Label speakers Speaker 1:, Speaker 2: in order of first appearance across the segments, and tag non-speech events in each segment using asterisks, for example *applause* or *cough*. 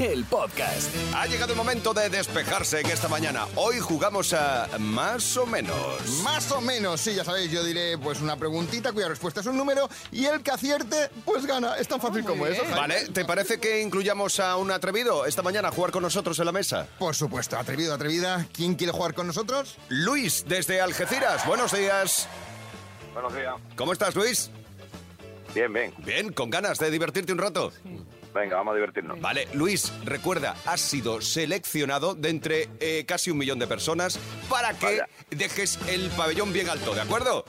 Speaker 1: el podcast.
Speaker 2: Ha llegado el momento de despejarse en esta mañana. Hoy jugamos a más o menos.
Speaker 3: Más o menos, sí, ya sabéis, yo diré pues una preguntita cuya respuesta es un número y el que acierte pues gana. Es
Speaker 2: Ah,
Speaker 3: tan fácil como eso. Jaime.
Speaker 2: Vale, ¿te parece que incluyamos a un atrevido esta mañana a jugar con nosotros en la mesa?
Speaker 3: Por supuesto, atrevido, atrevida. ¿Quién quiere jugar con nosotros?
Speaker 2: Luis, desde Algeciras, buenos días.
Speaker 4: Buenos días.
Speaker 2: ¿Cómo estás, Luis?
Speaker 4: Bien, bien.
Speaker 2: Bien, con ganas de divertirte un rato.
Speaker 4: Venga, vamos a divertirnos.
Speaker 2: Vale, Luis, recuerda, has sido seleccionado de entre eh, casi un millón de personas para que
Speaker 4: Vaya.
Speaker 2: dejes el pabellón bien alto, ¿de acuerdo?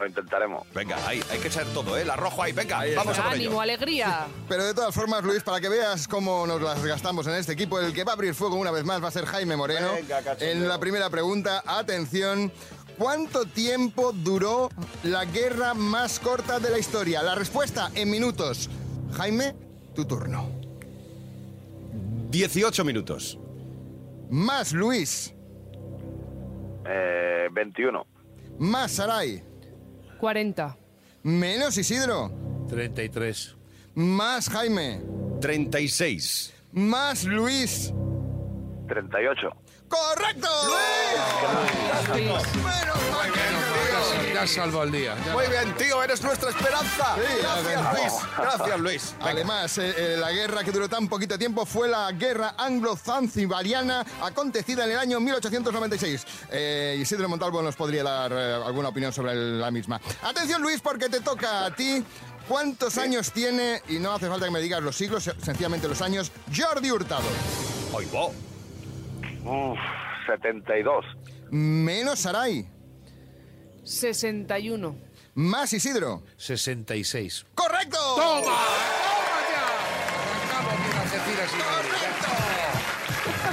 Speaker 4: Lo intentaremos.
Speaker 2: Venga, ahí, hay que echar todo, ¿eh? La rojo ahí, venga, vamos a por ello.
Speaker 5: Ánimo, *laughs* alegría.
Speaker 3: Pero de todas formas, Luis, para que veas cómo nos las gastamos en este equipo, el que va a abrir fuego una vez más va a ser Jaime Moreno.
Speaker 2: Venga, cachondeo.
Speaker 3: en la primera pregunta, atención. ¿Cuánto tiempo duró la guerra más corta de la historia? La respuesta en minutos. Jaime, tu turno.
Speaker 2: 18 minutos.
Speaker 3: Más Luis,
Speaker 4: Eh, 21.
Speaker 3: más Saray,
Speaker 5: 40.
Speaker 3: menos Isidro,
Speaker 6: 33.
Speaker 3: más Jaime,
Speaker 2: 36.
Speaker 3: más Luis.
Speaker 4: 38.
Speaker 3: ¡Correcto! ¡Menos mal que no, tío.
Speaker 6: Ya has salvado el día. Ya-
Speaker 2: Muy bien, tío, eres nuestra esperanza.
Speaker 3: Sí,
Speaker 2: gracias,
Speaker 3: vamos.
Speaker 2: Luis. Gracias, Luis. Venga.
Speaker 3: Además, eh, eh, la guerra que duró tan poquito tiempo fue la guerra anglo-zanzibariana acontecida en el año 1896. Eh, Isidro Montalvo nos podría dar eh, alguna opinión sobre el- la misma. Atención, Luis, porque te toca a ti. ¿Cuántos años tiene, y no hace falta que me digas los siglos, se- sencillamente los años, Jordi Hurtado?
Speaker 2: Hoy vos.
Speaker 4: Uf, 72.
Speaker 3: Menos Saray,
Speaker 5: 61.
Speaker 3: más Isidro.
Speaker 6: 66.
Speaker 3: ¡Correcto!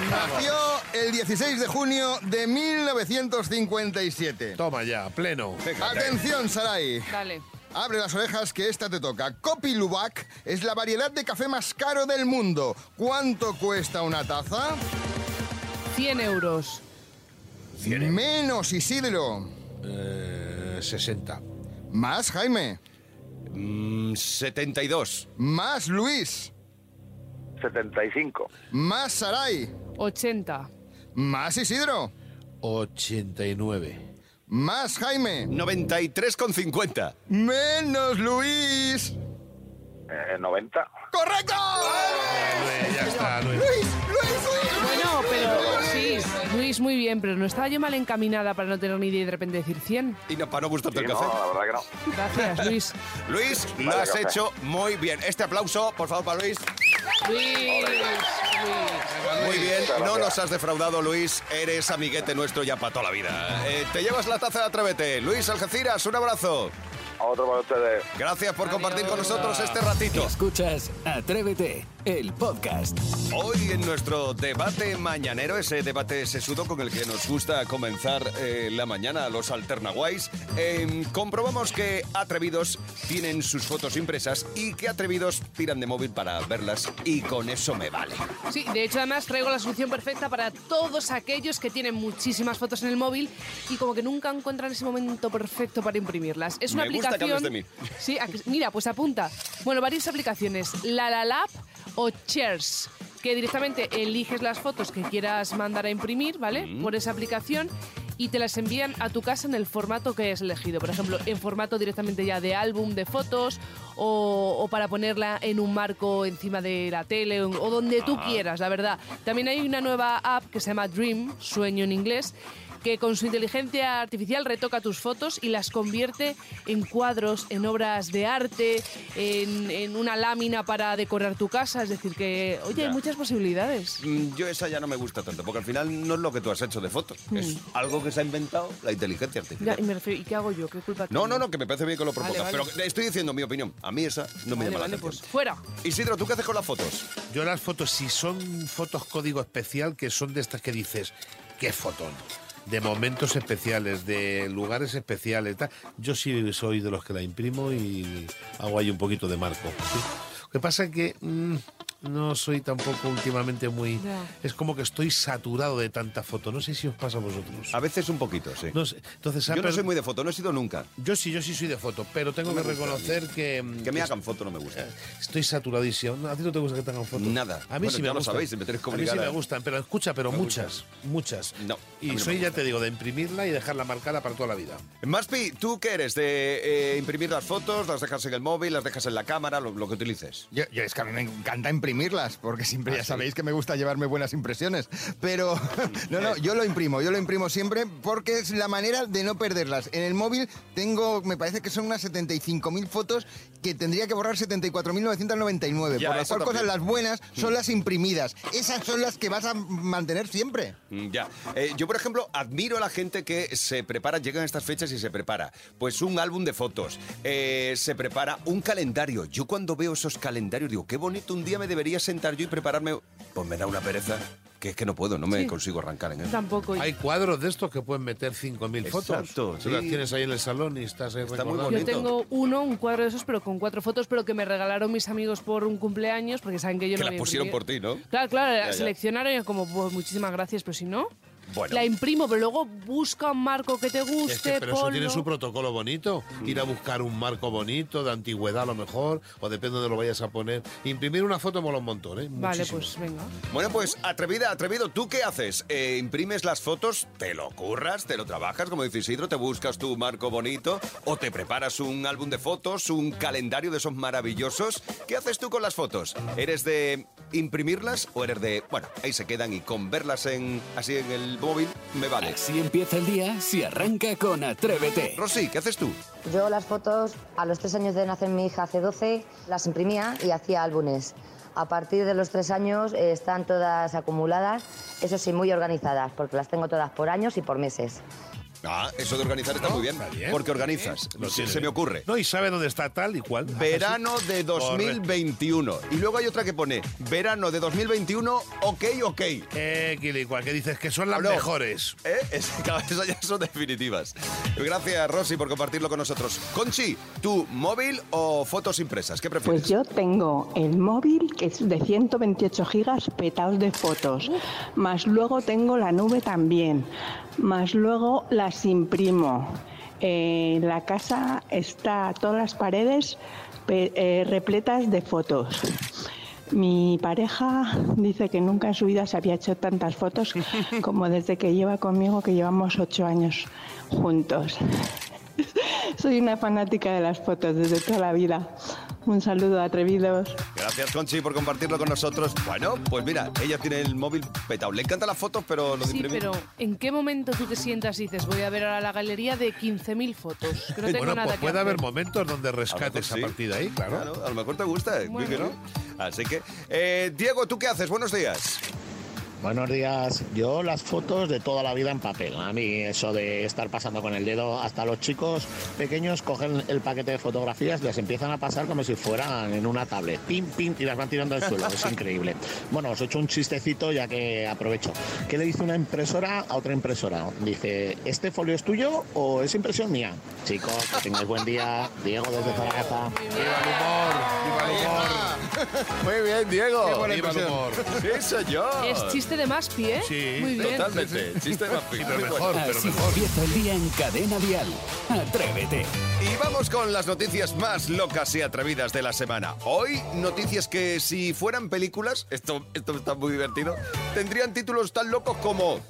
Speaker 3: Nació el 16 de junio de 1957.
Speaker 6: Toma ya, pleno.
Speaker 3: Atención, Saray.
Speaker 5: Dale.
Speaker 3: Abre las orejas que esta te toca. Kopi Luwak es la variedad de café más caro del mundo. ¿Cuánto cuesta una taza?
Speaker 5: 100 euros.
Speaker 3: Menos Isidro.
Speaker 6: Eh, 60.
Speaker 3: Más Jaime.
Speaker 2: Mm, 72.
Speaker 3: Más Luis.
Speaker 4: 75.
Speaker 3: Más Saray.
Speaker 5: 80.
Speaker 3: Más Isidro.
Speaker 6: 89.
Speaker 3: Más Jaime.
Speaker 2: 93,50.
Speaker 3: Menos Luis.
Speaker 4: Eh, 90.
Speaker 3: ¡Correcto!
Speaker 6: Eh, ya está, Luis.
Speaker 3: ¡Luis! ¡Luis!
Speaker 5: Bueno, pero sí, Luis, muy bien, pero no estaba yo mal encaminada para no tener ni idea y de repente decir 100.
Speaker 2: Y no, para no gustarte
Speaker 4: Sí,
Speaker 2: el
Speaker 4: no,
Speaker 2: café.
Speaker 4: la verdad que no.
Speaker 5: *laughs* Gracias, Luis.
Speaker 2: Luis, lo
Speaker 4: Vale,
Speaker 2: has
Speaker 4: café.
Speaker 2: hecho muy bien. Este aplauso, por favor, para Luis.
Speaker 5: Luis, Luis.
Speaker 2: Muy bien.
Speaker 4: muchas
Speaker 2: No
Speaker 4: gracias.
Speaker 2: nos has defraudado, Luis. Eres amiguete nuestro ya para toda la vida. Eh, te llevas la taza de Atrévete. Luis Algeciras, un abrazo.
Speaker 4: Otro para ustedes.
Speaker 2: Gracias por compartir con nosotros este ratito.
Speaker 1: Escuchas Atrévete, el podcast.
Speaker 2: Hoy en nuestro debate mañanero, ese debate sesudo con el que nos gusta comenzar eh, la mañana a los alternaguays, eh, comprobamos que atrevidos tienen sus fotos impresas y que atrevidos tiran de móvil para verlas y con eso me vale.
Speaker 5: Sí, de hecho además traigo la solución perfecta para todos aquellos que tienen muchísimas fotos en el móvil y como que nunca encuentran ese momento perfecto para imprimirlas. Es una
Speaker 2: Me gusta que
Speaker 5: aplicación.
Speaker 2: hables de mí.
Speaker 5: Sí, aquí- mira, pues apunta. Bueno, varias aplicaciones, la la Lab o Cheers, que directamente eliges las fotos que quieras mandar a imprimir, ¿vale? Por esa aplicación y te las envían a tu casa en el formato que es elegido. Por ejemplo, en formato directamente ya de álbum de fotos o, o para ponerla en un marco encima de la tele o, o donde tú quieras, la verdad. También hay una nueva app que se llama Dream, sueño en inglés, que con su inteligencia artificial retoca tus fotos y las convierte en cuadros, en obras de arte, en, en una lámina para decorar tu casa. Es decir, que, oye, hay muchas posibilidades.
Speaker 2: Mm, Yo esa ya no me gusta tanto, porque al final no es lo que tú has hecho de fotos, es algo que se ha inventado la inteligencia
Speaker 5: Mm. Ya,
Speaker 2: artificial.
Speaker 5: y, me refiero, ¿y qué hago yo? ¿Qué culpa tengo?
Speaker 2: No, no, no, que me parece bien que lo
Speaker 5: Vale,
Speaker 2: propongas,
Speaker 5: vale.
Speaker 2: pero estoy diciendo mi opinión. A mí esa no me
Speaker 5: Vale,
Speaker 2: llama la
Speaker 5: vale, pues
Speaker 2: atención.
Speaker 5: fuera.
Speaker 2: Isidro, ¿tú qué haces con las fotos?
Speaker 6: Yo las fotos, si son fotos código especial, que son de estas que dices, qué fotón. de momentos especiales, de lugares especiales. tal. Yo sí soy de los que la imprimo y hago ahí un poquito de marco. ¿sí? Lo que pasa es que mm, no soy tampoco últimamente muy...
Speaker 5: Ya.
Speaker 6: Es como que estoy saturado de tanta foto. No sé si os pasa a vosotros.
Speaker 2: A veces un poquito, sí.
Speaker 6: No sé. Entonces, ha
Speaker 2: Yo no
Speaker 6: per-
Speaker 2: soy muy de foto, no he sido nunca.
Speaker 6: yo sí, yo sí soy de foto, pero tengo que reconocer que... mm,
Speaker 2: Que me hagan foto no me gusta.
Speaker 6: Estoy saturadísimo. No, ¿A ti no te gusta que te hagan fotos?
Speaker 2: Nada.
Speaker 6: A mí
Speaker 2: Bueno,
Speaker 6: sí me
Speaker 2: ya lo
Speaker 6: gustan.
Speaker 2: sabéis, me tenéis que
Speaker 6: A mí sí
Speaker 2: obligar a-
Speaker 6: me gustan, pero escucha, pero muchas, muchas.
Speaker 2: No, a mí no
Speaker 6: Y
Speaker 2: me
Speaker 6: soy, ya
Speaker 2: gusta.
Speaker 6: te digo, de imprimirla y dejarla marcada para toda la vida.
Speaker 2: Maspi, ¿tú qué eres? ¿De eh, imprimir las fotos? ¿Las dejas en el móvil? ¿Las dejas en la cámara? Lo, lo que utilices.
Speaker 3: Yo, yo- es que a mí me encanta imprimirlas, porque siempre
Speaker 2: Ah,
Speaker 3: ya sabéis que me gusta llevarme buenas impresiones. *laughs* Pero no, no, yo lo imprimo, yo lo imprimo siempre porque es la manera de no perderlas. En el móvil tengo, me parece que son unas 75.000 fotos que tendría que borrar 74.999.
Speaker 2: Ya,
Speaker 3: por las
Speaker 2: eso
Speaker 3: cual cosas
Speaker 2: también. Mm.
Speaker 3: las buenas son las imprimidas. Esas son las que vas a mantener siempre.
Speaker 2: Mm, Ya. Eh, yo, por ejemplo, admiro a la gente que se prepara, llegan estas fechas y se prepara. Pues un álbum de fotos, eh, se prepara un calendario. Yo cuando veo esos calendarios digo, qué bonito, un día me debería sentar yo y prepararme. Pues me da una pereza, que es que no puedo, no me
Speaker 5: Sí.
Speaker 2: consigo arrancar en eso.
Speaker 5: Tampoco.
Speaker 6: Hay cuadros de estos que pueden meter 5.000 fotos.
Speaker 2: Exacto,
Speaker 6: Tú las
Speaker 2: sí.
Speaker 6: tienes ahí en el salón y estás ahí
Speaker 2: Está muy
Speaker 6: recordando.
Speaker 5: Yo
Speaker 2: bonito.
Speaker 5: tengo uno, un cuadro de esos, pero con cuatro fotos, pero que me regalaron mis amigos por un cumpleaños, porque saben que yo
Speaker 2: Que
Speaker 5: no
Speaker 2: las
Speaker 5: voy a
Speaker 2: pusieron por
Speaker 5: imprimir.
Speaker 2: ti, ¿no?
Speaker 5: Claro, claro,
Speaker 2: Ya, ya.
Speaker 5: la seleccionaron y como, pues muchísimas gracias, pero si no,
Speaker 2: Bueno.
Speaker 5: la imprimo, pero luego busca un marco que te
Speaker 6: Es que,
Speaker 5: guste,
Speaker 6: pero eso tiene
Speaker 5: ponlo.
Speaker 6: su protocolo bonito.
Speaker 2: Mm.
Speaker 6: Ir a buscar un marco bonito, de antigüedad a lo mejor, o depende de donde lo vayas a poner. Imprimir una foto mola un montón, ¿eh?
Speaker 5: Vale,
Speaker 6: Muchísimo.
Speaker 5: pues venga.
Speaker 2: Bueno, pues atrevida, atrevido, ¿tú qué haces? Eh, ¿Imprimes las fotos? ¿Te lo curras? ¿Te lo trabajas? Como dice Isidro, ¿te buscas tu marco bonito? ¿O te preparas un álbum de fotos? ¿Un calendario de esos maravillosos? ¿Qué haces tú con las fotos? ¿Eres de imprimirlas o eres de, bueno, ahí se quedan y con verlas en, así en el móvil me vale?
Speaker 1: Así empieza el día si arranca con Atrévete.
Speaker 2: Rosy, ¿qué haces tú?
Speaker 7: Yo las fotos a los tres años de nacer mi hija, hace 12, las imprimía y hacía álbumes. A partir de los tres años eh, están todas acumuladas, eso sí, muy organizadas, porque las tengo todas por años y por meses.
Speaker 2: Ah, eso de organizar está muy bien.
Speaker 6: está bien.
Speaker 2: Porque organizas.
Speaker 6: Lo
Speaker 2: Sí,
Speaker 6: tiene
Speaker 2: se me
Speaker 6: bien.
Speaker 2: ocurre.
Speaker 6: No, y sabe dónde está tal y cual.
Speaker 2: Verano de 2021. Y luego hay otra que pone verano de 2021, ok, ok.
Speaker 6: Eh, Quilicua, que dices que son las
Speaker 2: Hablo.
Speaker 6: mejores.
Speaker 2: ¿Eh? *laughs* Es, claro, esas ya son definitivas. Gracias, Rosy, por compartirlo con nosotros. Conchi, ¿tú móvil o fotos impresas? ¿Qué prefieres?
Speaker 8: Pues yo tengo el móvil que es de 128 gigas petados de fotos, más luego tengo la nube también, más luego las imprimo. Eh, la casa está todas las paredes pe- eh, repletas de fotos. Mi pareja dice que nunca en su vida se había hecho tantas fotos como desde que lleva conmigo, que llevamos ocho años juntos. Soy una fanática de las fotos desde toda la vida. Un saludo, atrevidos.
Speaker 2: Gracias, Conchi, por compartirlo con nosotros. Bueno, pues mira, ella tiene el móvil petado. Le encantan las fotos, pero lo de
Speaker 5: Sí,
Speaker 2: imprimir-
Speaker 5: pero ¿en qué momento tú te sientas y dices, voy a ver ahora la galería de 15.000 fotos? Que no tengo
Speaker 6: *laughs* Bueno,
Speaker 5: nada
Speaker 6: pues
Speaker 5: que
Speaker 6: puede
Speaker 5: hacer.
Speaker 6: haber momentos donde
Speaker 2: A lo
Speaker 6: rescate
Speaker 2: mejor
Speaker 6: esa
Speaker 2: pues sí.
Speaker 6: partida ahí, claro.
Speaker 2: a lo mejor te gusta. ¿eh?
Speaker 5: Bueno.
Speaker 2: ¿Qué no? Así que, eh, Diego, ¿tú qué haces? Buenos días.
Speaker 9: Buenos días. Yo las fotos de toda la vida en papel. A mí eso de estar pasando con el dedo, hasta los chicos pequeños cogen el paquete de fotografías, las empiezan a pasar como si fueran en una tablet. Pim, pim, y las van tirando al suelo. Es increíble. Bueno, os he hecho un chistecito ya que aprovecho. ¿Qué le dice una impresora a otra impresora? Dice, ¿este folio es tuyo o es impresión mía? Chicos, que tengáis buen día. Diego desde Zaragoza.
Speaker 6: ¡Viva el humor! ¡Viva el humor!
Speaker 2: Muy bien, Diego.
Speaker 3: buena
Speaker 6: ¡Viva el
Speaker 3: impresión.
Speaker 6: humor!
Speaker 2: Sí, señor.
Speaker 5: Es chiste de Maspi, ¿eh?
Speaker 6: Sí,
Speaker 5: Muy bien.
Speaker 2: Totalmente. Chiste más
Speaker 6: Sí, pero mejor, pero
Speaker 1: Así
Speaker 6: mejor.
Speaker 1: empieza el día en cadena vial. Atrévete.
Speaker 2: Y vamos con las noticias más locas y atrevidas de la semana. Hoy, noticias que si fueran películas, esto, esto está muy divertido, tendrían títulos tan locos como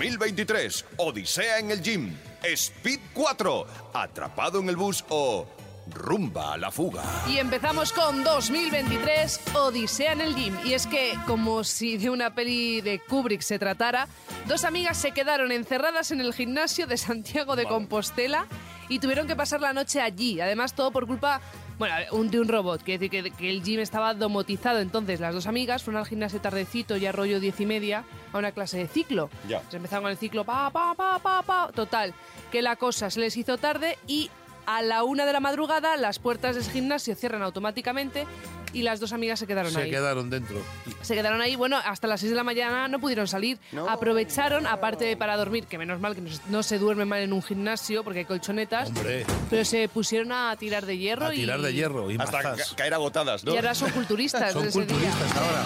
Speaker 2: 2023, Odisea en el gym, Speed 4, Atrapado en el bus o Rumba a la fuga.
Speaker 5: Y empezamos con 2023, Odisea en el Gym. Y es que, como si de una peli de Kubrick se tratara, dos amigas se quedaron encerradas en el gimnasio de Santiago de Compostela y tuvieron que pasar la noche allí. Además, todo por culpa bueno, un- de un robot. Quiere decir que, que el gym estaba domotizado. Entonces, las dos amigas fueron al gimnasio tardecito, ya rollo diez y media, a una clase de ciclo.
Speaker 2: Ya.
Speaker 5: Se empezaron con el ciclo, pa, pa, pa, pa, pa. Total, que la cosa se les hizo tarde y a la una de la madrugada las puertas del gimnasio cierran automáticamente y las dos amigas se quedaron
Speaker 6: Se
Speaker 5: ahí.
Speaker 6: quedaron dentro.
Speaker 5: Se quedaron ahí, bueno, hasta las 6 de la mañana no pudieron salir. Aprovecharon, aparte de para dormir, que menos mal que no se- no se duerme mal en un gimnasio porque hay colchonetas,
Speaker 6: Hombre,
Speaker 5: pero se pusieron a tirar de hierro
Speaker 6: a
Speaker 5: y.
Speaker 6: tirar de hierro y
Speaker 2: Hasta ca-
Speaker 6: mazas.
Speaker 2: caer agotadas, ¿no?
Speaker 5: Y ahora son culturistas
Speaker 6: *laughs* Son
Speaker 5: desde ese día.
Speaker 6: culturistas ahora.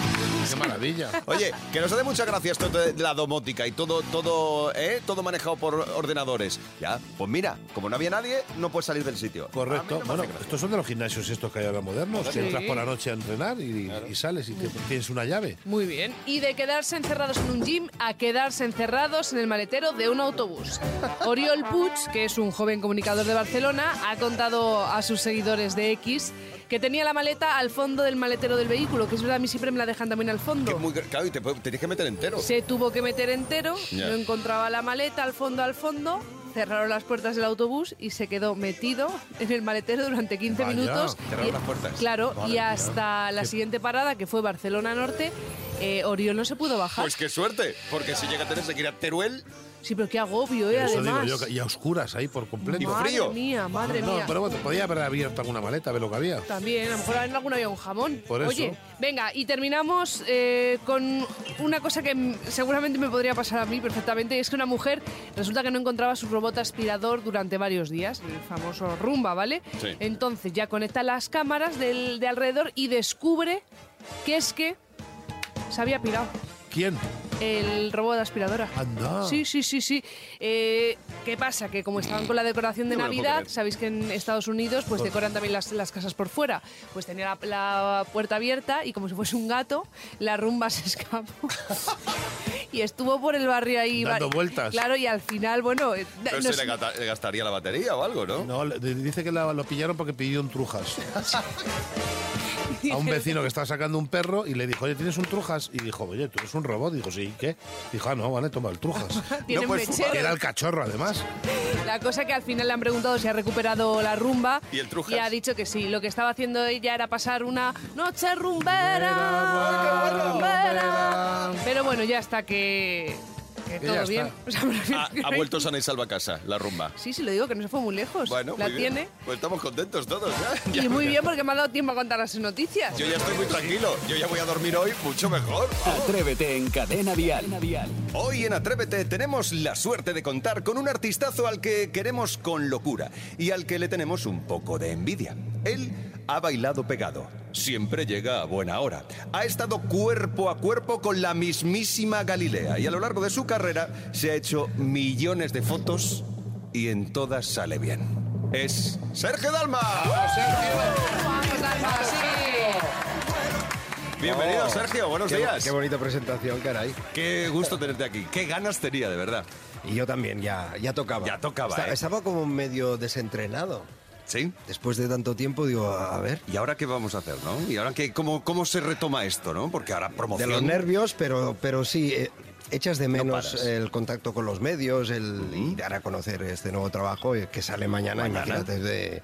Speaker 6: Qué maravilla.
Speaker 2: Oye, que nos hace muchas gracias esto de la domótica y todo, todo, ¿eh? todo manejado por ordenadores. Ya, pues mira, como no había nadie, no puedes salir del sitio.
Speaker 6: Correcto.
Speaker 2: A mí no me
Speaker 6: bueno,
Speaker 2: hace gracia.
Speaker 6: estos son de los gimnasios estos que hay ahora modernos, que
Speaker 5: Sí.
Speaker 6: entras por la noche a entrenar y, y sales y que tienes una llave.
Speaker 5: Muy bien. Y de quedarse encerrados en un gym a quedarse encerrados en el maletero de un autobús. Oriol Puig, que es un joven comunicador de Barcelona, ha contado a sus seguidores de X que tenía la maleta al fondo del maletero del vehículo, que es verdad, a mí siempre me la dejan también al
Speaker 2: Que
Speaker 5: fondo.
Speaker 2: es muy gra- claro, y te, puede- te tienes que meter entero.
Speaker 5: Se tuvo que meter entero,
Speaker 2: Ya.
Speaker 5: no encontraba la maleta al fondo, al fondo. Cerraron las puertas del autobús y se quedó metido en el maletero durante 15
Speaker 6: Vaya,
Speaker 5: minutos.
Speaker 2: cerraron
Speaker 5: Y-
Speaker 2: las puertas.
Speaker 5: Claro,
Speaker 6: Madre
Speaker 5: y
Speaker 6: mía.
Speaker 5: hasta la siguiente parada, que fue Barcelona Norte, eh, Oriol no se pudo bajar.
Speaker 2: Pues qué suerte, porque si llega a tenerse que ir a Teruel,
Speaker 5: Sí, pero qué agobio, ¿eh?
Speaker 6: Eso digo
Speaker 5: Además.
Speaker 6: yo, que- y a oscuras ahí por completo.
Speaker 2: Digo,
Speaker 5: madre
Speaker 2: frío.
Speaker 5: mía, madre
Speaker 6: No,
Speaker 5: mía.
Speaker 6: pero bueno, podía haber abierto alguna maleta, ve lo que había.
Speaker 5: También, a lo mejor en alguna había un jamón.
Speaker 6: Por eso.
Speaker 5: Oye, venga, y terminamos eh, con una cosa que mm, seguramente me podría pasar a mí perfectamente. y Es que una mujer resulta que no encontraba su robot aspirador durante varios días, el famoso rumba, ¿vale?
Speaker 2: Sí.
Speaker 5: Entonces ya conecta las cámaras del- de alrededor y descubre que es que se había pirado.
Speaker 6: ¿Quién?
Speaker 5: El robot de aspiradora.
Speaker 6: Anda.
Speaker 5: Sí, sí, sí, sí. Eh, ¿Qué pasa? Que como estaban con la decoración de
Speaker 2: No me lo puedo
Speaker 5: Navidad,
Speaker 2: creer.
Speaker 5: sabéis que en Estados Unidos pues decoran también las, las casas por fuera. Pues tenía la, la puerta abierta y como si fuese un gato, la rumba *laughs* se
Speaker 6: *laughs*
Speaker 5: escapó. y estuvo por el barrio ahí.
Speaker 6: Dando
Speaker 5: va-
Speaker 6: vueltas.
Speaker 5: Claro, y al final, bueno... eh,
Speaker 2: pero
Speaker 5: nos-
Speaker 2: se
Speaker 5: *laughs*
Speaker 2: le, gata- le gastaría la batería o algo, ¿no?
Speaker 6: No, le- dice que la- lo pillaron porque
Speaker 2: *laughs*
Speaker 6: pidieron trujas. A un vecino que estaba sacando un perro y le dijo, oye, ¿tienes un trujas? Y dijo, oye, ¿tú eres un robot? Dijo, sí, ¿y ¿qué? Dijo, ah, no, vale, toma el
Speaker 2: *laughs*
Speaker 6: trujas.
Speaker 5: Tiene
Speaker 2: no puedes
Speaker 5: mechero.
Speaker 6: Que era el cachorro, además.
Speaker 5: La cosa que al final le han preguntado si ha recuperado la rumba
Speaker 2: Y el Trujas.
Speaker 5: y ha dicho que sí. Lo que estaba haciendo ella era pasar una noche rumbera, rumbera.
Speaker 6: Rumbera, rumbera.
Speaker 5: Pero bueno, ya está que, que
Speaker 6: Que ya
Speaker 5: todo
Speaker 6: está.
Speaker 5: bien. *laughs* O sea, me refiero
Speaker 2: Ha,
Speaker 5: que-
Speaker 2: ha vuelto sana y salva a casa, la rumba.
Speaker 5: Sí, sí, lo digo, que no se fue muy lejos.
Speaker 2: Bueno,
Speaker 5: la
Speaker 2: muy bien.
Speaker 5: tiene.
Speaker 2: Pues estamos contentos todos, ¿ya? Ya.
Speaker 5: y muy bien porque me ha dado tiempo a contar las noticias.
Speaker 2: Yo ya estoy muy tranquilo. Yo ya voy a dormir hoy mucho mejor.
Speaker 1: Atrévete en Cadena Dial.
Speaker 2: Hoy en Atrévete tenemos la suerte de contar con un artistazo al que queremos con locura y al que le tenemos un poco de envidia. Él ha bailado pegado. Siempre llega a buena hora. Ha estado cuerpo a cuerpo con la mismísima Galilea y a lo largo de su carrera se ha hecho millones de fotos y en todas sale bien. Es Sergio Dalma.
Speaker 5: Vamos, Dalma, sí.
Speaker 2: Bienvenido, Sergio. Buenos
Speaker 10: Qué,
Speaker 2: días.
Speaker 10: qué bonita presentación, caray.
Speaker 2: Qué gusto tenerte aquí. Qué ganas tenía, de verdad.
Speaker 10: Y yo también, ya, ya tocaba.
Speaker 2: Ya tocaba,
Speaker 10: Esta-
Speaker 2: ¿eh?
Speaker 10: Estaba como medio desentrenado.
Speaker 2: Sí.
Speaker 10: Después de tanto tiempo, digo, a ver.
Speaker 2: ¿Y ahora qué vamos a hacer, no? ¿Y ahora qué, cómo, cómo se retoma esto, no? Porque ahora
Speaker 10: De
Speaker 2: promoción...
Speaker 10: los nervios, pero, pero sí, eh, echas de menos
Speaker 2: paras.
Speaker 10: el contacto con los medios, el y dar a conocer este nuevo trabajo eh, que sale mañana,
Speaker 2: Mañana.
Speaker 10: imagínate, de...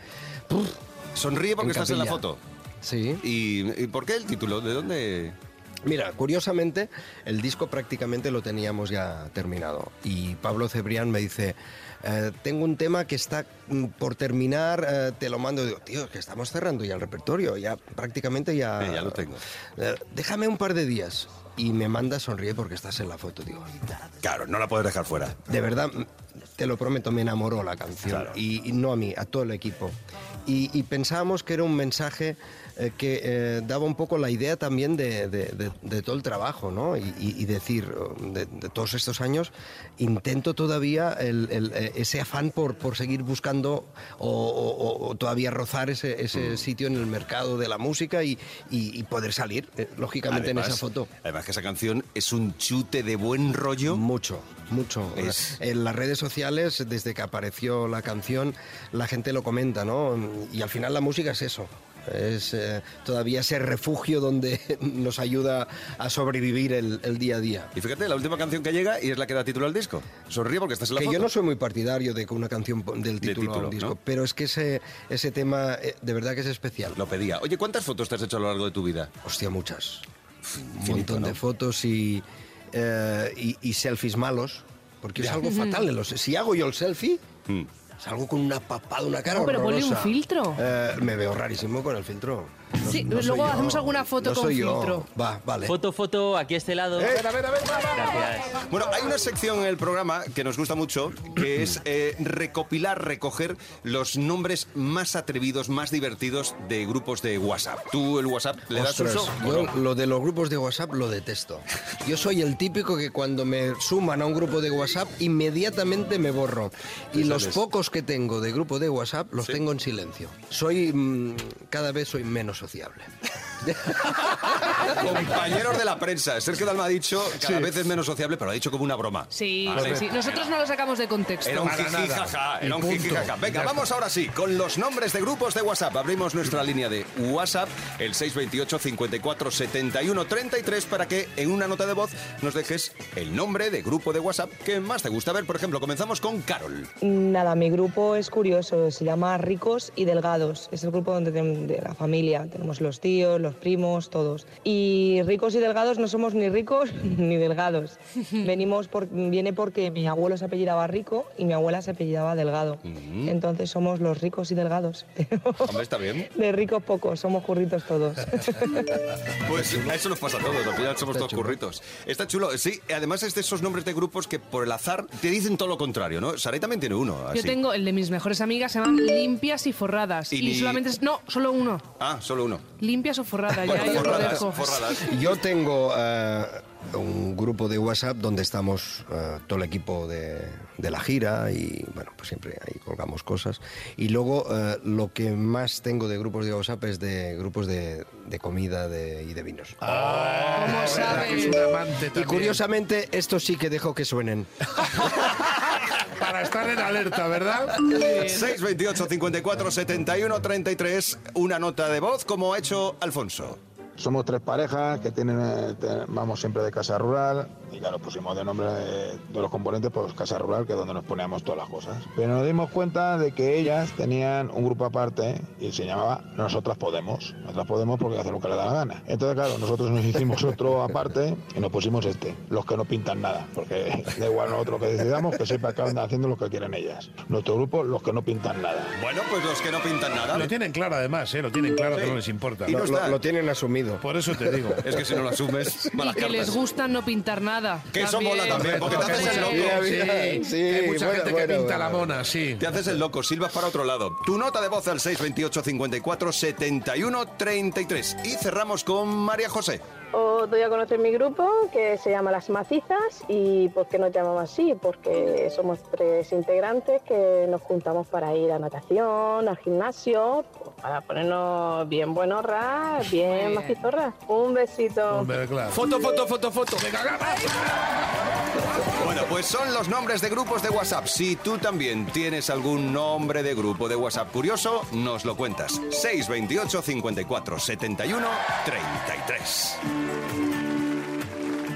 Speaker 10: Puf,
Speaker 2: Sonríe porque estás en la
Speaker 10: capilla.
Speaker 2: foto.
Speaker 10: Sí.
Speaker 2: ¿Y, y por qué el título? ¿De dónde...?
Speaker 10: Mira, curiosamente, el disco prácticamente lo teníamos ya terminado. Y Pablo Cebrián me dice, eh, tengo un tema que está mm, por terminar, eh, te lo mando. Digo, tío, que estamos cerrando ya el repertorio, ya prácticamente ya...
Speaker 2: Eh, ya lo tengo.
Speaker 10: Eh, déjame un par de días. Y me manda sonríe porque estás en la foto, digo.
Speaker 2: Claro, no la puedes dejar fuera.
Speaker 10: De verdad, mm, te lo prometo, me enamoró la canción. Y, y no a mí, a todo el equipo. Y, y pensábamos que era un mensaje eh, que eh, daba un poco la idea también de, de- de- de todo el trabajo, ¿no? Y, y- y decir, oh, de, de todos estos años, intento todavía el- el, eh, ese afán por, por seguir buscando o, o- o- o todavía rozar ese, ese sitio en el mercado de la música y, y- y poder salir, eh, lógicamente, en esa foto. Mm.
Speaker 2: Además que esa canción es un chute de buen rollo.
Speaker 10: Mucho, mucho.
Speaker 2: Es-
Speaker 10: En las redes sociales, desde que apareció la canción, la gente lo comenta, ¿no? Y al final la música es eso. Es eh, todavía ese refugio donde *laughs* nos ayuda a sobrevivir el, el día a día.
Speaker 2: Y fíjate, la última canción que llega y es la que da título al disco. Sonríe porque estás en la
Speaker 10: Que
Speaker 2: foto.
Speaker 10: yo no soy muy partidario de que una canción pon- del título, a
Speaker 2: título,
Speaker 10: un disco,
Speaker 2: ¿no?
Speaker 10: pero es que ese, ese tema eh, de verdad que es especial.
Speaker 2: Lo pedía. Oye, ¿cuántas fotos te has hecho a lo largo de tu vida?
Speaker 10: Hostia, muchas. Un
Speaker 2: infinito,
Speaker 10: montón
Speaker 2: ¿no?
Speaker 10: de fotos y,
Speaker 6: *laughs* Mm.
Speaker 10: eh, y, y selfies malos, porque es algo fatal. en los- si hago yo el selfie, Salgo con una papada, una cara
Speaker 5: No, pero ponle un
Speaker 10: horrorosa.
Speaker 5: filtro.
Speaker 10: Eh, me veo rarísimo con el filtro. No-
Speaker 5: Sí,
Speaker 10: no soy
Speaker 5: luego
Speaker 10: yo.
Speaker 5: hacemos alguna foto
Speaker 10: No
Speaker 5: con
Speaker 10: soy yo.
Speaker 5: filtro.
Speaker 10: Va, vale.
Speaker 11: Foto, foto, aquí a este lado. Gracias.
Speaker 2: Bueno, hay una sección en el programa que nos gusta mucho, que es eh, recopilar, recoger los nombres más atrevidos, más divertidos de grupos de WhatsApp. ¿Tú el WhatsApp le das
Speaker 10: Ostras,
Speaker 2: uso?
Speaker 10: yo lo de los grupos de WhatsApp lo detesto. Yo soy el típico que cuando me suman a un grupo de WhatsApp inmediatamente me borro. Y los pocos que tengo de grupo de WhatsApp los tengo en silencio. Soy mm, cada vez soy menos sociable.
Speaker 2: Compañeros de la prensa. Sergio Dalma ha dicho, cada vez es menos sociable, pero lo ha dicho como una broma. Ah,
Speaker 5: Sí,
Speaker 2: Vale.
Speaker 5: sí. Nosotros no lo sacamos de
Speaker 2: Era
Speaker 5: contexto.
Speaker 2: un
Speaker 6: Para
Speaker 2: jiji,
Speaker 6: nada.
Speaker 2: jaja,
Speaker 6: Y
Speaker 2: era un
Speaker 6: punto.
Speaker 2: jiji, jaja. Venga,
Speaker 6: Ya
Speaker 2: vamos ahora sí, con los nombres de grupos de WhatsApp. Abrimos nuestra línea de WhatsApp, el 628 54 71 33, para que en una nota de voz nos dejes el nombre de grupo de WhatsApp que más te gusta. A ver, por ejemplo, comenzamos con *laughs* Carol.
Speaker 8: Nada, mi grupo es curioso, se llama Ricos y Delgados. Es el grupo donde ten- de la familia, tenemos los tíos, los primos, todos. Y Ricos y Delgados no somos ni ricos *laughs*
Speaker 7: *laughs*
Speaker 8: ni delgados. Venimos por, viene porque mi abuelo se apellidaba Rico y mi abuela se apellidaba Delgado. Entonces somos los ricos y delgados. *laughs*
Speaker 2: Hombre, está bien.
Speaker 8: De ricos pocos, somos curritos todos.
Speaker 2: Pues a eso nos pasa a todos, al final somos todos curritos. Está chulo, sí. Además es de esos nombres de grupos que por el azar te dicen todo lo contrario, ¿no? Saray también tiene uno, así.
Speaker 5: Yo tengo el de mis mejores amigas, se llaman limpias y forradas.
Speaker 2: Y
Speaker 5: Y,
Speaker 2: ni-
Speaker 5: solamente es. No, solo uno.
Speaker 2: Ah, solo uno.
Speaker 5: Limpias o forradas.
Speaker 2: Bueno,
Speaker 5: ya yo lo
Speaker 2: forradas,
Speaker 5: dejo.
Speaker 2: forradas.
Speaker 10: *laughs* Yo tengo eh, un grupo de WhatsApp donde estamos eh, todo el equipo de, de la gira y bueno, pues siempre ahí colgamos cosas. Y luego eh, lo que más tengo de grupos de WhatsApp es de grupos de, de comida de- y de vinos.
Speaker 5: ¿Cómo
Speaker 6: Es un
Speaker 5: sabes?
Speaker 6: amante
Speaker 10: y
Speaker 6: también.
Speaker 10: curiosamente, estos sí que dejo que suenen.
Speaker 6: Para estar en alerta, ¿verdad?
Speaker 2: 628 54 71 33 una nota de voz como ha hecho Alfonso.
Speaker 9: Somos tres parejas que tienen, eh, te- vamos siempre de casa rural y claro, pusimos de nombre de, de los componentes pues casa rural, que es donde nos poníamos todas las cosas. Pero nos dimos cuenta de que ellas tenían un grupo aparte y se llamaba Nosotras Podemos. Nosotras Podemos porque hacen lo que les da la gana. Entonces claro, nosotros nos hicimos otro aparte y nos pusimos este, los que no pintan nada, porque *laughs* da igual nosotros lo que decidamos, que siempre acaban haciendo lo que quieren ellas. Nuestro grupo, los que no pintan nada.
Speaker 2: Bueno, pues los que no pintan nada.
Speaker 6: Lo tienen claro, además, ¿eh? Lo tienen claro que no les importa.
Speaker 2: Y no
Speaker 10: Lo,
Speaker 2: está.
Speaker 10: lo- lo tienen asumido.
Speaker 6: Por eso te digo.
Speaker 2: Es que si no lo asumes,
Speaker 5: *laughs* Y
Speaker 2: malas
Speaker 5: que les
Speaker 2: cartas.
Speaker 5: gusta no pintar nada.
Speaker 2: Que eso mola también, porque te
Speaker 6: Porque
Speaker 2: haces
Speaker 6: hay
Speaker 2: el
Speaker 6: mucha-
Speaker 2: loco.
Speaker 6: Sí,
Speaker 10: Sí,
Speaker 6: hay mucha
Speaker 10: bueno,
Speaker 6: gente que
Speaker 10: bueno,
Speaker 6: pinta la
Speaker 10: bueno.
Speaker 6: mona, sí.
Speaker 2: Te haces el loco, silbas para otro lado. Tu nota de voz al 628 54 71 33. Y cerramos con María José.
Speaker 8: Os doy a conocer mi grupo que se llama Las Macizas y ¿por qué nos llamamos así? Porque somos tres integrantes que nos juntamos para ir a natación, al gimnasio, pues, para ponernos bien buenorras, bien
Speaker 5: bien.
Speaker 8: macizorras. Un besito.
Speaker 6: Hombre, claro.
Speaker 11: Foto, foto, foto, foto.
Speaker 2: Bueno, pues son los nombres de grupos de WhatsApp. Si tú también tienes algún nombre de grupo de WhatsApp curioso, nos lo cuentas. 628 54 71 33.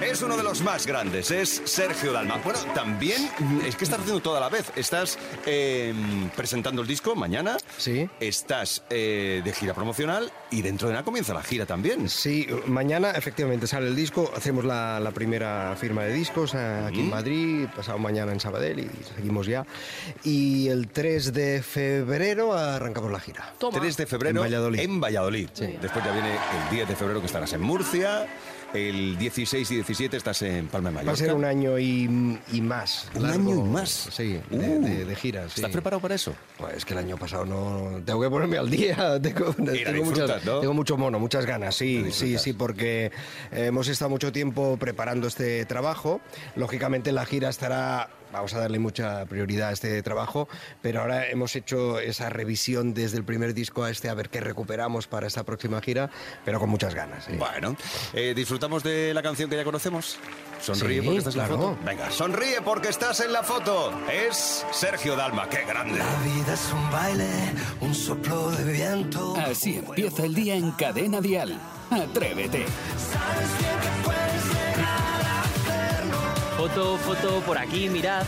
Speaker 2: Es uno de los más grandes, es Sergio Dalma. Bueno, también mm, es que estás haciendo toda la vez. Estás eh, presentando el disco mañana.
Speaker 10: Sí.
Speaker 2: Estás eh, de gira promocional y dentro de nada comienza la gira también.
Speaker 10: Sí, mañana efectivamente sale el disco, hacemos la, la primera firma de discos eh, aquí en Madrid, pasado mañana en Sabadell y seguimos ya. Y el 3 de febrero arrancamos la gira.
Speaker 5: Toma.
Speaker 2: 3 de febrero
Speaker 10: En Valladolid.
Speaker 2: en Valladolid. Después ya viene el 10 de febrero que estarás en Murcia. El 16 y 17 estás en Palma de Mallorca.
Speaker 10: Va a ser un año y, y más.
Speaker 2: ¿Un
Speaker 10: largo,
Speaker 2: año y más?
Speaker 10: Sí, de,
Speaker 2: Uh.
Speaker 10: de- de gira. sí.
Speaker 2: ¿Estás preparado para eso?
Speaker 10: Pues es que el año pasado no. Tengo que ponerme al día. *laughs* Tengo, tengo,
Speaker 2: disfrutas,
Speaker 10: muchas,
Speaker 2: ¿no?
Speaker 10: tengo mucho mono, muchas ganas, sí, sí,
Speaker 2: disfrutas.
Speaker 10: sí, porque hemos estado mucho tiempo preparando este trabajo. Lógicamente la gira estará. Vamos a darle mucha prioridad a este trabajo, pero ahora hemos hecho esa revisión desde el primer disco a este, a ver qué recuperamos para esta próxima gira, pero con muchas ganas. sí.
Speaker 2: Bueno, eh, disfrutamos de la canción que ya conocemos. Sonríe
Speaker 10: Sí,
Speaker 2: porque estás en la
Speaker 10: claro.
Speaker 2: foto. Venga, sonríe porque estás en la foto. Es Sergio Dalma, qué grande.
Speaker 10: vida es un baile, un soplo de viento.
Speaker 1: Así empieza el día en Cadena Dial. Atrévete.
Speaker 11: Foto, foto, por aquí, mirad.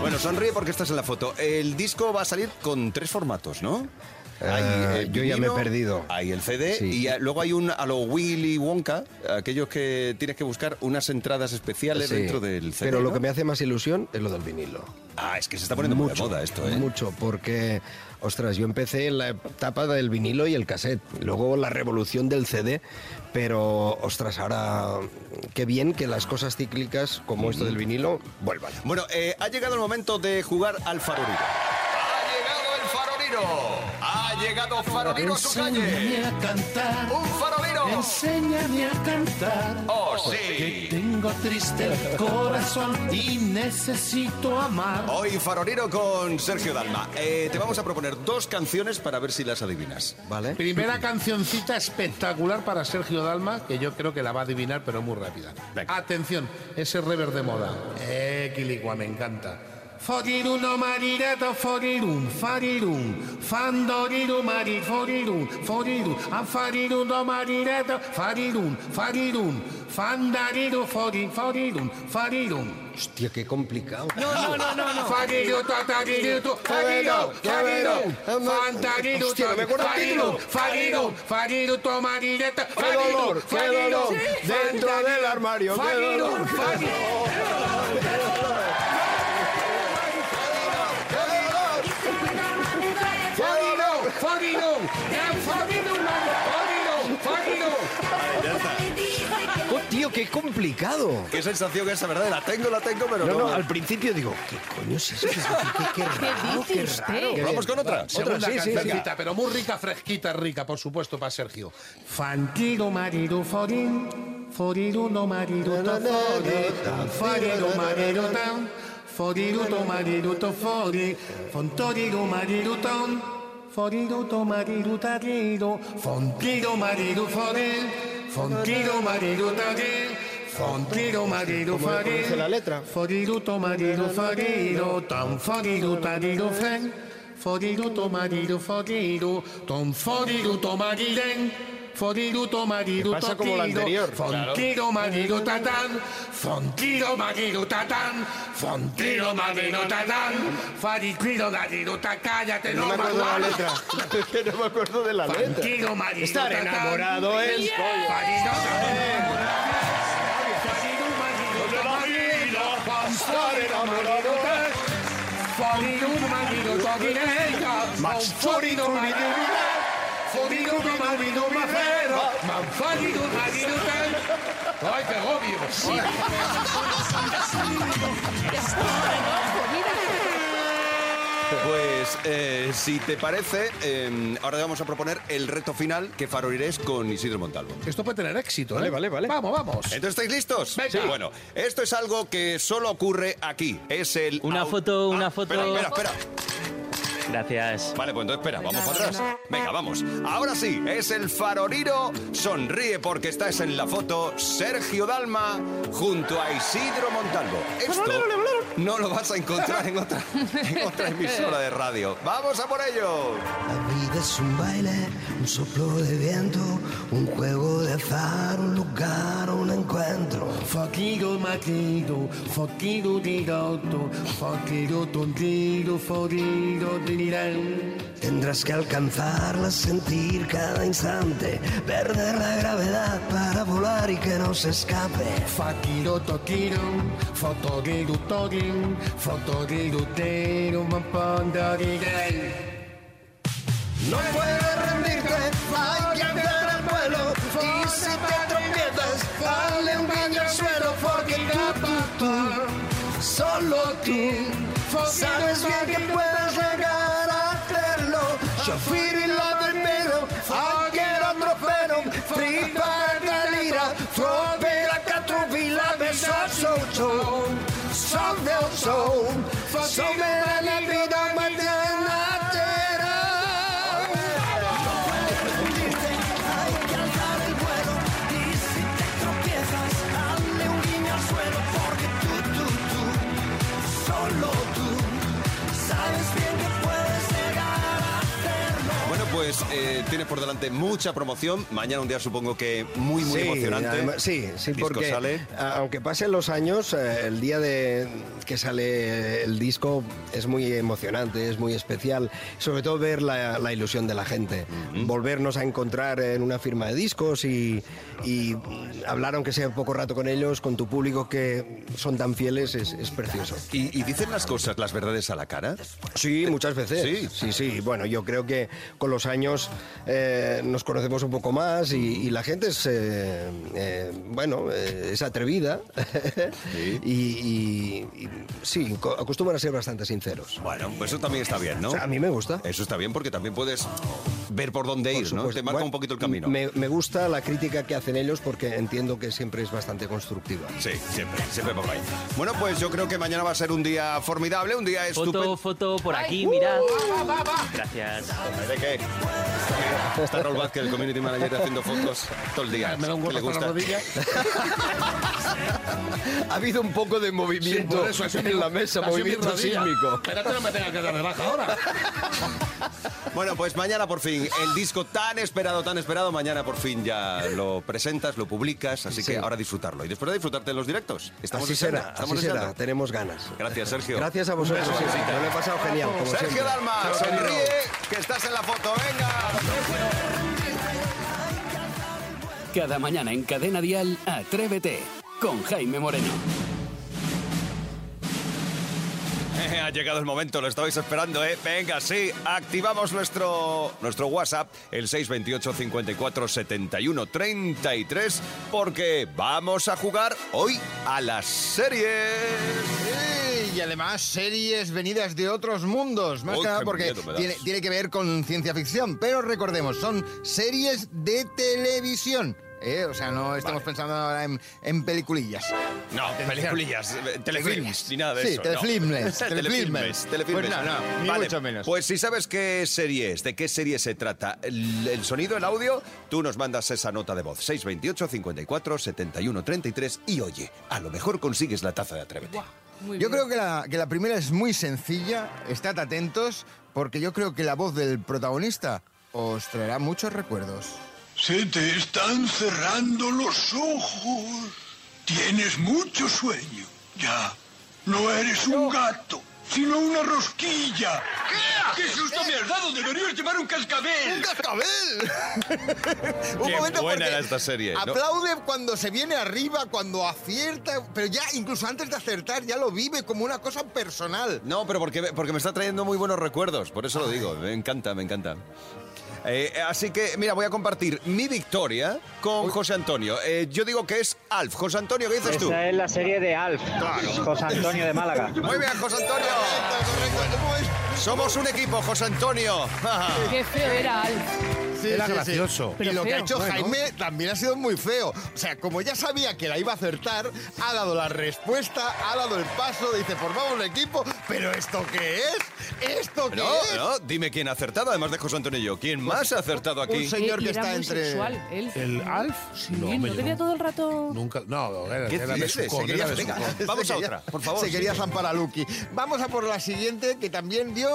Speaker 2: Bueno, sonríe porque estás en la foto. El disco va a salir con tres formatos, ¿no? Hay,
Speaker 10: Eh,
Speaker 2: el
Speaker 10: yo ya me he
Speaker 2: vinilo,
Speaker 10: perdido.
Speaker 2: Hay el CD
Speaker 10: Sí.
Speaker 2: y eh, luego hay un a lo Willy Wonka, aquellos que tienes que buscar unas entradas especiales
Speaker 10: Sí.
Speaker 2: dentro del CD.
Speaker 10: Pero lo
Speaker 2: ¿no?
Speaker 10: que me hace más ilusión es lo del vinilo.
Speaker 2: Ah, es que se está poniendo muy de moda esto, ¿eh?
Speaker 10: Mucho, porque, ostras, yo empecé en la etapa del vinilo y el cassette, y luego la revolución del CD, pero, ostras, ahora qué bien que las cosas cíclicas como esto del vinilo vuelvan.
Speaker 2: Bueno, eh, ha llegado el momento de jugar al faroliro. ¡Ha llegado el faroliro! ¡Ha llegado faroliro a su calle!
Speaker 12: a cantar,
Speaker 2: ¡Un faroliro!
Speaker 12: enséñame a cantar.
Speaker 2: ¡Oh, sí!
Speaker 12: Tengo triste el corazón y necesito amar.
Speaker 2: Hoy faroliro con Sergio Dalma. Eh, te vamos a proponer dos canciones para ver si las adivinas.
Speaker 10: ¿Vale?
Speaker 13: Primera cancioncita espectacular para Sergio Dalma, que yo creo que la va a adivinar, pero muy rápida.
Speaker 2: Venga.
Speaker 13: Atención, ese rever de moda. Eh, Quiligua, me encanta. Forirum, no marirato, forirum, farirum, fandorirum, mari, forirum, forirum, anfarirum, no marirato, farirum, farirum, fandarirum, forin, forirum, farirum.
Speaker 10: Hostia, qué complicado.
Speaker 13: No, no, no, no, no. Fariru, tatariru, tu, fariru, fariru, fantariru,
Speaker 10: Hostia, me acuerdo el
Speaker 13: fariru,
Speaker 10: título.
Speaker 13: fariru, fariru, tu marineta,
Speaker 10: Qué
Speaker 13: fariru,
Speaker 10: dolor, qué
Speaker 13: fariru,
Speaker 10: dolor.
Speaker 13: sí,
Speaker 10: Dentro
Speaker 13: fariru,
Speaker 10: del armario, qué
Speaker 13: fariru,
Speaker 10: dolor.
Speaker 13: fariru. Fariru, fariru, eh, fariru, mano, fariru, fariru.
Speaker 10: Oh, tío, qué complicado.
Speaker 2: Qué sensación esa, ¿verdad? La tengo, la tengo, pero
Speaker 10: No,
Speaker 2: no.
Speaker 10: no, al principio digo, ¿qué coño es eso? ¿Qué, qué- qué raro,
Speaker 6: dice
Speaker 10: qué
Speaker 6: usted?
Speaker 10: raro. Qué
Speaker 2: Vamos
Speaker 10: bien.
Speaker 2: con otra.
Speaker 10: Otra, sí, sí.
Speaker 13: cancioncita, pero muy rica, fresquita, rica, por supuesto, para Sergio. Fantiru, mariru, forin, foriru, no mariru, to forin, fariru, mariru, tan, foriru, to mariru, to forin, fontoriru, mariru, ton, foriru, to mariru, tariru, fontiru, mariru, forin, fontiru, mariru, tarir, fontiru, mariru,
Speaker 10: ¿Cómo- cómo
Speaker 13: forin.
Speaker 10: dice la letra?
Speaker 13: Foriru, to mariru, foriru, tan, foriru, tariru, fen, Foriru tomariru foriru, tom foriru tomariren, foriru tomariru
Speaker 10: Pasa como la
Speaker 13: totiro,
Speaker 10: anterior.
Speaker 13: fontiro mariru tatán, fontiro mariru tatán, fontiro mariru tatán, fariquiro mariru tatán, cállate, no
Speaker 10: No me acuerdo de la
Speaker 13: mames.
Speaker 10: letra. *laughs* Es que no me acuerdo de la letra.
Speaker 13: Fantiro mariru
Speaker 10: Estar
Speaker 13: tatán.
Speaker 10: enamorado es-
Speaker 13: Fariquiro mariru tatán. Fantiro mariru tatán. Foriru mariru totiro, foriru mariru tatán. Foriru mariru macero, manfariru mariru tatán. ¡Ay, qué agobio!
Speaker 2: Pues eh, si te parece, eh, ahora te vamos a proponer el reto final que farolirés con Isidro Montalvo.
Speaker 13: Esto puede tener éxito, ¿eh?
Speaker 10: Vale, vale, vale.
Speaker 13: Vamos, vamos.
Speaker 2: ¿Entonces estáis listos?
Speaker 13: Venga.
Speaker 2: Sí. Bueno, esto es algo que solo ocurre aquí. Es el...
Speaker 14: Una
Speaker 2: au- Ah,
Speaker 14: foto, una foto.
Speaker 2: Espera, espera, espera.
Speaker 14: Gracias.
Speaker 2: Vale, pues entonces espera, vamos para atrás. Venga, vamos. Ahora sí, es el faroriro. Sonríe porque estás en la foto. Sergio Dalma junto a Isidro Montalvo. Esto no lo vas a encontrar en otra, en otra emisora de radio. ¡Vamos a por ello!
Speaker 12: La vida es un baile, un soplo de viento, un juego de azar, un lugar, un encuentro.
Speaker 13: Fotiru matiru, fotiru dirotu, fotiru tundiru, foriru dirán.
Speaker 12: Tendrás que alcanzarla, sentir cada instante, perder la gravedad para volar y que no se escape.
Speaker 13: Fotiru totiru, fotoriru torin, fotoriru teru, mampondoriren.
Speaker 12: No puedes rendirte, hay que andar al vuelo. Y si te tropiezas, dale un baño al suelo, porque tú, tú, tú, solo tú, sabes bien que puedes llegar a hacerlo. Yo fui la primero, aquel otro pero, free para la lira, fropera catruvila, besar so so, so del so, so me da la vida mañana entera.
Speaker 2: Bueno, pues eh, tienes por delante mucha promoción. Mañana un día supongo que muy, muy
Speaker 10: Sí,
Speaker 2: emocionante.
Speaker 10: además- sí, sí,
Speaker 2: Disco
Speaker 10: porque
Speaker 2: sale.
Speaker 10: a- aunque pasen los años, eh, el día de que sale el disco es muy emocionante, es muy especial. Sobre todo ver la, la ilusión de la gente, volvernos a encontrar en una firma de discos y, y hablar aunque sea poco rato con ellos, con tu público que son tan fieles, es, es precioso.
Speaker 2: ¿Y, y dicen las cosas, las verdades a la cara?
Speaker 10: Sí, muchas veces. Sí, sí, Bueno, yo creo que con los años eh, nos conocemos un poco más y, y la gente es, eh, eh, bueno, eh, es atrevida. *laughs* y, y- y sí, co- acostumbran a ser bastante sinceros.
Speaker 2: Bueno, pues eso también está bien, ¿no?
Speaker 10: O sea, a mí me gusta.
Speaker 2: Eso está bien porque también puedes ver por dónde ir, ¿no?
Speaker 10: Pues,
Speaker 2: Te marca
Speaker 10: bueno,
Speaker 2: un poquito el camino.
Speaker 10: Me, me gusta la crítica que hacen ellos porque entiendo que siempre es bastante constructiva.
Speaker 2: Sí, siempre, siempre por ahí. Bueno, pues yo creo que mañana va a ser un día formidable, un día
Speaker 11: Foto,
Speaker 2: estupendo.
Speaker 11: foto por aquí,
Speaker 2: uh,
Speaker 11: mirad. Gracias.
Speaker 2: ¿De qué? Está Raúl Vázquez, el community manager, haciendo fotos todo el día.
Speaker 6: Me da un
Speaker 2: ¿Qué le
Speaker 6: golpe con la
Speaker 2: gusta?
Speaker 6: rodilla.
Speaker 10: Ha habido un poco de movimiento
Speaker 6: por eso, ha sido
Speaker 10: *laughs* en
Speaker 6: mi-
Speaker 10: la mesa,
Speaker 6: ha sido mi
Speaker 10: movimiento
Speaker 6: rodilla.
Speaker 10: sísmico.
Speaker 6: Espérate, no me tenga que dar de baja ahora.
Speaker 2: Bueno, pues mañana por fin, el disco tan esperado, tan esperado, mañana por fin ya lo presentas, lo publicas, así que ahora disfrutarlo. Y después de disfrutarte de los directos. Estamos
Speaker 10: Así
Speaker 2: deseando,
Speaker 10: será,
Speaker 2: estamos
Speaker 10: así será.
Speaker 2: deseando.
Speaker 10: Tenemos ganas.
Speaker 2: Gracias, Sergio.
Speaker 10: Gracias a vosotros.
Speaker 2: Un beso,
Speaker 10: siempre.
Speaker 2: Rosita.
Speaker 10: Me lo he pasado genial. como
Speaker 2: Sergio
Speaker 10: siempre.
Speaker 2: Dalma,
Speaker 10: Chao, querido.
Speaker 2: sonríe, que estás en la foto, venga.
Speaker 1: Cada mañana en Cadena Dial, Atrévete con Jaime Moreno.
Speaker 2: Eh, *laughs* Ha llegado el momento, lo estabais esperando, ¿eh? Venga, sí, activamos nuestro, nuestro WhatsApp, el 628 54 71 33, porque vamos a jugar hoy a las series.
Speaker 3: Sí, Y además series venidas de otros mundos, más
Speaker 2: Uy,
Speaker 3: que nada
Speaker 2: qué
Speaker 3: porque
Speaker 2: miedo me das.
Speaker 3: tiene, tiene que ver con ciencia ficción, pero recordemos, son series de televisión. ¿eh? O sea, no estamos pensando ahora en, en peliculillas.
Speaker 2: No,
Speaker 3: Atención.
Speaker 2: peliculillas, eh, telefilms, ni nada de
Speaker 3: Sí,
Speaker 2: eso. *laughs*
Speaker 3: telefilmes,
Speaker 2: no.
Speaker 3: telefilmes.
Speaker 2: telefilmes.
Speaker 3: Pues no, no, ni mucho menos.
Speaker 2: Pues si sabes qué serie es, de qué serie se trata, el, el sonido, el audio, tú nos mandas esa nota de voz. 628 54 71 33 y oye, a lo mejor consigues la taza de Atrévete.
Speaker 3: Yo creo que la, que la primera es muy sencilla, estad atentos, porque yo creo que la voz del protagonista os traerá muchos recuerdos.
Speaker 15: Se te están cerrando los ojos. Tienes mucho sueño. Ya. No eres un gato, sino una rosquilla. ¿Qué? ¡Qué susto me has dado! ¡Deberías llevar un cascabel!
Speaker 2: *laughs*
Speaker 3: ¡Un cascabel!
Speaker 2: Qué buena
Speaker 3: porque
Speaker 2: era esta serie, ¿no?
Speaker 3: Aplaude cuando se viene arriba, cuando acierta, pero ya incluso antes de acertar ya lo vive como una cosa personal.
Speaker 2: No, pero porque, porque me está trayendo muy buenos recuerdos, por
Speaker 3: Ah.
Speaker 2: eso lo digo, me encanta, me encanta. Eh, así que, mira, voy a compartir mi victoria con José Antonio. Eh, yo digo que es Alf. José Antonio, ¿qué dices tú?
Speaker 11: Esa es la serie de Alf. José Antonio de Málaga.
Speaker 2: Muy bien, José Antonio. Somos un equipo, José Antonio. *laughs* Ah,
Speaker 5: Qué feo era Alf.
Speaker 3: Sí,
Speaker 6: Era
Speaker 3: sí, sí.
Speaker 6: gracioso.
Speaker 3: Y lo que ha
Speaker 5: feo.
Speaker 3: hecho
Speaker 6: Bueno.
Speaker 3: Jaime también ha sido muy feo. O sea, como ya sabía que la iba a acertar, ha dado la respuesta, ha dado el paso, dice, formamos un equipo, pero ¿esto qué es? ¿Esto qué
Speaker 2: No,
Speaker 3: es?
Speaker 2: no, dime quién ha acertado, además de José Antonio y yo. ¿Quién
Speaker 6: Pues
Speaker 2: más ha acertado
Speaker 3: Un
Speaker 2: aquí?
Speaker 3: señor
Speaker 5: Y
Speaker 3: que
Speaker 5: era
Speaker 3: está
Speaker 5: muy
Speaker 3: entre...
Speaker 5: sexual, él.
Speaker 6: ¿El Alf?
Speaker 5: Sí,
Speaker 6: No,
Speaker 5: no,
Speaker 6: hombre, yo
Speaker 5: tenía
Speaker 6: no-
Speaker 5: todo el rato...
Speaker 6: Nunca, no, era,
Speaker 2: ¿Qué
Speaker 6: era
Speaker 2: dices?
Speaker 6: besucón,
Speaker 2: Se
Speaker 6: era
Speaker 2: quería- venga,
Speaker 6: besucón.
Speaker 2: Vamos
Speaker 3: Se
Speaker 2: a
Speaker 3: quería-
Speaker 2: otra, por favor.
Speaker 3: Se quería zampar a Lucky. Vamos a por la siguiente, que también dio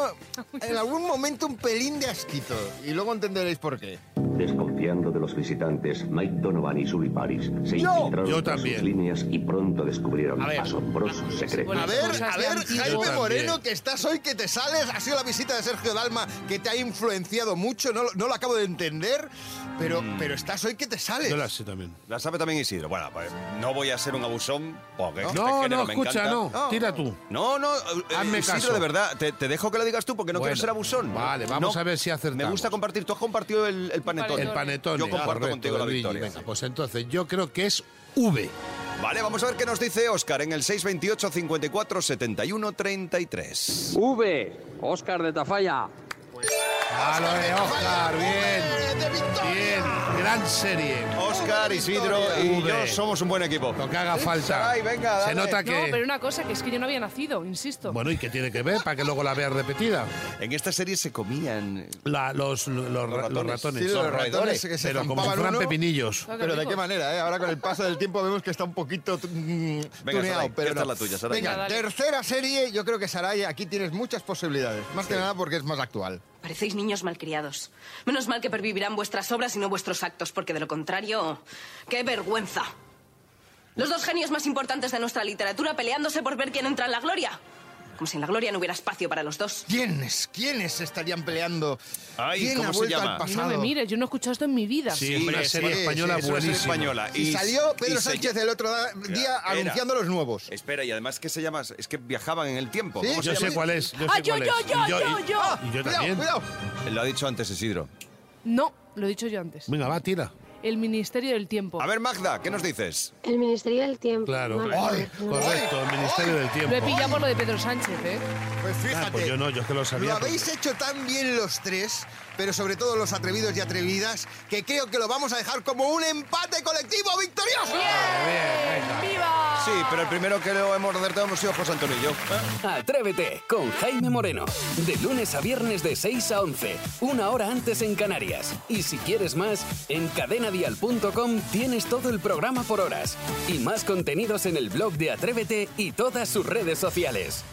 Speaker 3: en algún momento un pelín de asquito. Y luego entenderéis por qué.
Speaker 16: Desconfiando de los visitantes, Mike Donovan y Sully Paris se
Speaker 3: Yo.
Speaker 16: infiltraron
Speaker 6: Yo
Speaker 16: tras
Speaker 6: también.
Speaker 16: sus líneas y pronto descubrieron
Speaker 3: A ver.
Speaker 16: asombrosos secretos.
Speaker 3: A ver, a
Speaker 5: Cosas de
Speaker 3: ver,
Speaker 5: antiguo.
Speaker 6: Yo
Speaker 3: Jaime
Speaker 6: también.
Speaker 3: Moreno, que estás hoy, que te sales. Ha sido la visita de Sergio Dalma que te ha influenciado mucho. No, lo- no lo acabo de entender, pero, pero estás hoy que te sales.
Speaker 6: Mm. Yo la sé también.
Speaker 2: La sabe también Isidro. Bueno, pues no voy a ser un abusón, porque este
Speaker 6: No,
Speaker 2: género
Speaker 6: no,
Speaker 2: me
Speaker 6: escucha,
Speaker 2: encanta.
Speaker 6: no. Tira tú.
Speaker 2: No, no, eh,
Speaker 6: Hazme
Speaker 2: Isidro,
Speaker 6: caso.
Speaker 2: de verdad, te, te dejo que lo digas tú porque no
Speaker 6: Bueno,
Speaker 2: quiero ser abusón.
Speaker 6: vale, vamos
Speaker 2: No,
Speaker 6: a ver si acertamos.
Speaker 2: Me gusta compartir, tú has compartido el, el panetón.
Speaker 6: El panetón.
Speaker 2: Yo comparto contigo la victoria.
Speaker 6: Venga, pues entonces yo creo que es V.
Speaker 2: Vale, vamos a ver qué nos dice Oscar en el 628 54 71 33.
Speaker 17: V, Oscar de Tafalla.
Speaker 6: A lo de Oscar, bien.
Speaker 3: ¡De victoria!
Speaker 6: Bien, gran serie.
Speaker 2: Oscar, Isidro y
Speaker 6: V.
Speaker 2: yo somos un buen equipo.
Speaker 6: Lo que haga falta.
Speaker 2: Ay, venga,
Speaker 6: Se
Speaker 2: dale.
Speaker 6: nota
Speaker 5: No, pero
Speaker 6: que.
Speaker 5: una cosa, que es que yo no había nacido, insisto.
Speaker 6: Bueno, ¿y qué tiene que ver para que luego la veas repetida?
Speaker 2: En esta serie se comían.
Speaker 6: La- los, los, ra- los ratones.
Speaker 3: Sí, los ratones que se
Speaker 6: Pero como si
Speaker 3: zampaban
Speaker 6: fueran
Speaker 3: uno.
Speaker 6: pepinillos.
Speaker 5: Claro que
Speaker 3: Pero de
Speaker 5: digo.
Speaker 3: qué manera, ¿eh? Ahora con el paso del tiempo vemos que está un poquito mm,
Speaker 2: Venga,
Speaker 3: tuneado.
Speaker 2: Saray,
Speaker 3: pero
Speaker 2: esta
Speaker 3: no.
Speaker 2: es la tuya, Saray.
Speaker 3: Venga,
Speaker 5: Venga, dale.
Speaker 3: tercera serie, yo creo que Saray, aquí tienes muchas posibilidades. Más que nada porque es más actual.
Speaker 18: Parecéis niños malcriados. Menos mal que pervivirán vuestras obras y no vuestros actos, porque de lo contrario, ¡qué vergüenza! Los dos genios más importantes de nuestra literatura peleándose por ver quién entra en la gloria. Como si en la gloria no hubiera espacio para los dos.
Speaker 3: ¿Quiénes? ¿Quiénes estarían peleando?
Speaker 2: Ay,
Speaker 3: ¿Quién
Speaker 2: ¿cómo
Speaker 3: ha
Speaker 2: se
Speaker 3: vuelto
Speaker 2: llama?
Speaker 3: al
Speaker 5: No
Speaker 3: pasado?
Speaker 5: me mires, yo no he escuchado esto en mi vida.
Speaker 6: Sí, es una serie
Speaker 2: sí,
Speaker 6: española
Speaker 2: sí, es una serie
Speaker 6: buenísima.
Speaker 2: española.
Speaker 3: Y salió Pedro
Speaker 2: se-
Speaker 3: Sánchez el otro da- día
Speaker 2: Era.
Speaker 3: anunciando los nuevos.
Speaker 2: Espera, y además, ¿qué se llama? Es que viajaban en el tiempo.
Speaker 3: Sí,
Speaker 2: ¿Cómo se
Speaker 6: Yo sé
Speaker 2: llama?
Speaker 6: cuál es. Yo
Speaker 5: Ah,
Speaker 6: sé
Speaker 5: yo,
Speaker 6: cuál
Speaker 5: yo,
Speaker 6: es.
Speaker 5: yo,
Speaker 6: Y
Speaker 5: yo,
Speaker 6: y-
Speaker 5: yo.
Speaker 6: y yo
Speaker 3: Cuidado,
Speaker 6: también.
Speaker 3: cuidado.
Speaker 2: Lo ha dicho antes Isidro.
Speaker 5: No, lo he dicho yo antes.
Speaker 6: Venga, va, tira.
Speaker 5: El Ministerio del Tiempo.
Speaker 2: A ver, Magda, ¿qué nos dices?
Speaker 19: El Ministerio del Tiempo.
Speaker 6: Claro.
Speaker 19: Vale.
Speaker 6: Ay, Correcto, el Ministerio del
Speaker 5: Lo he
Speaker 6: Tiempo.
Speaker 5: pillado por lo de Pedro Sánchez, ¿eh?
Speaker 3: Pues
Speaker 6: Ah,
Speaker 3: fíjate,
Speaker 6: pues yo no, yo es que lo sabía.
Speaker 3: lo
Speaker 6: porque-
Speaker 3: habéis hecho tan bien los tres, pero sobre todo los atrevidos y atrevidas, que creo que lo vamos a dejar como un empate colectivo victorioso.
Speaker 2: Sí, pero el primero que lo hemos acertado hemos sido José Antonio y yo. ¿Eh?
Speaker 1: Atrévete con Jaime Moreno. De lunes a viernes de 6 a 11, una hora antes en Canarias. Y si quieres más, en cadenadial.com tienes todo el programa por horas. Y más contenidos en el blog de Atrévete y todas sus redes sociales.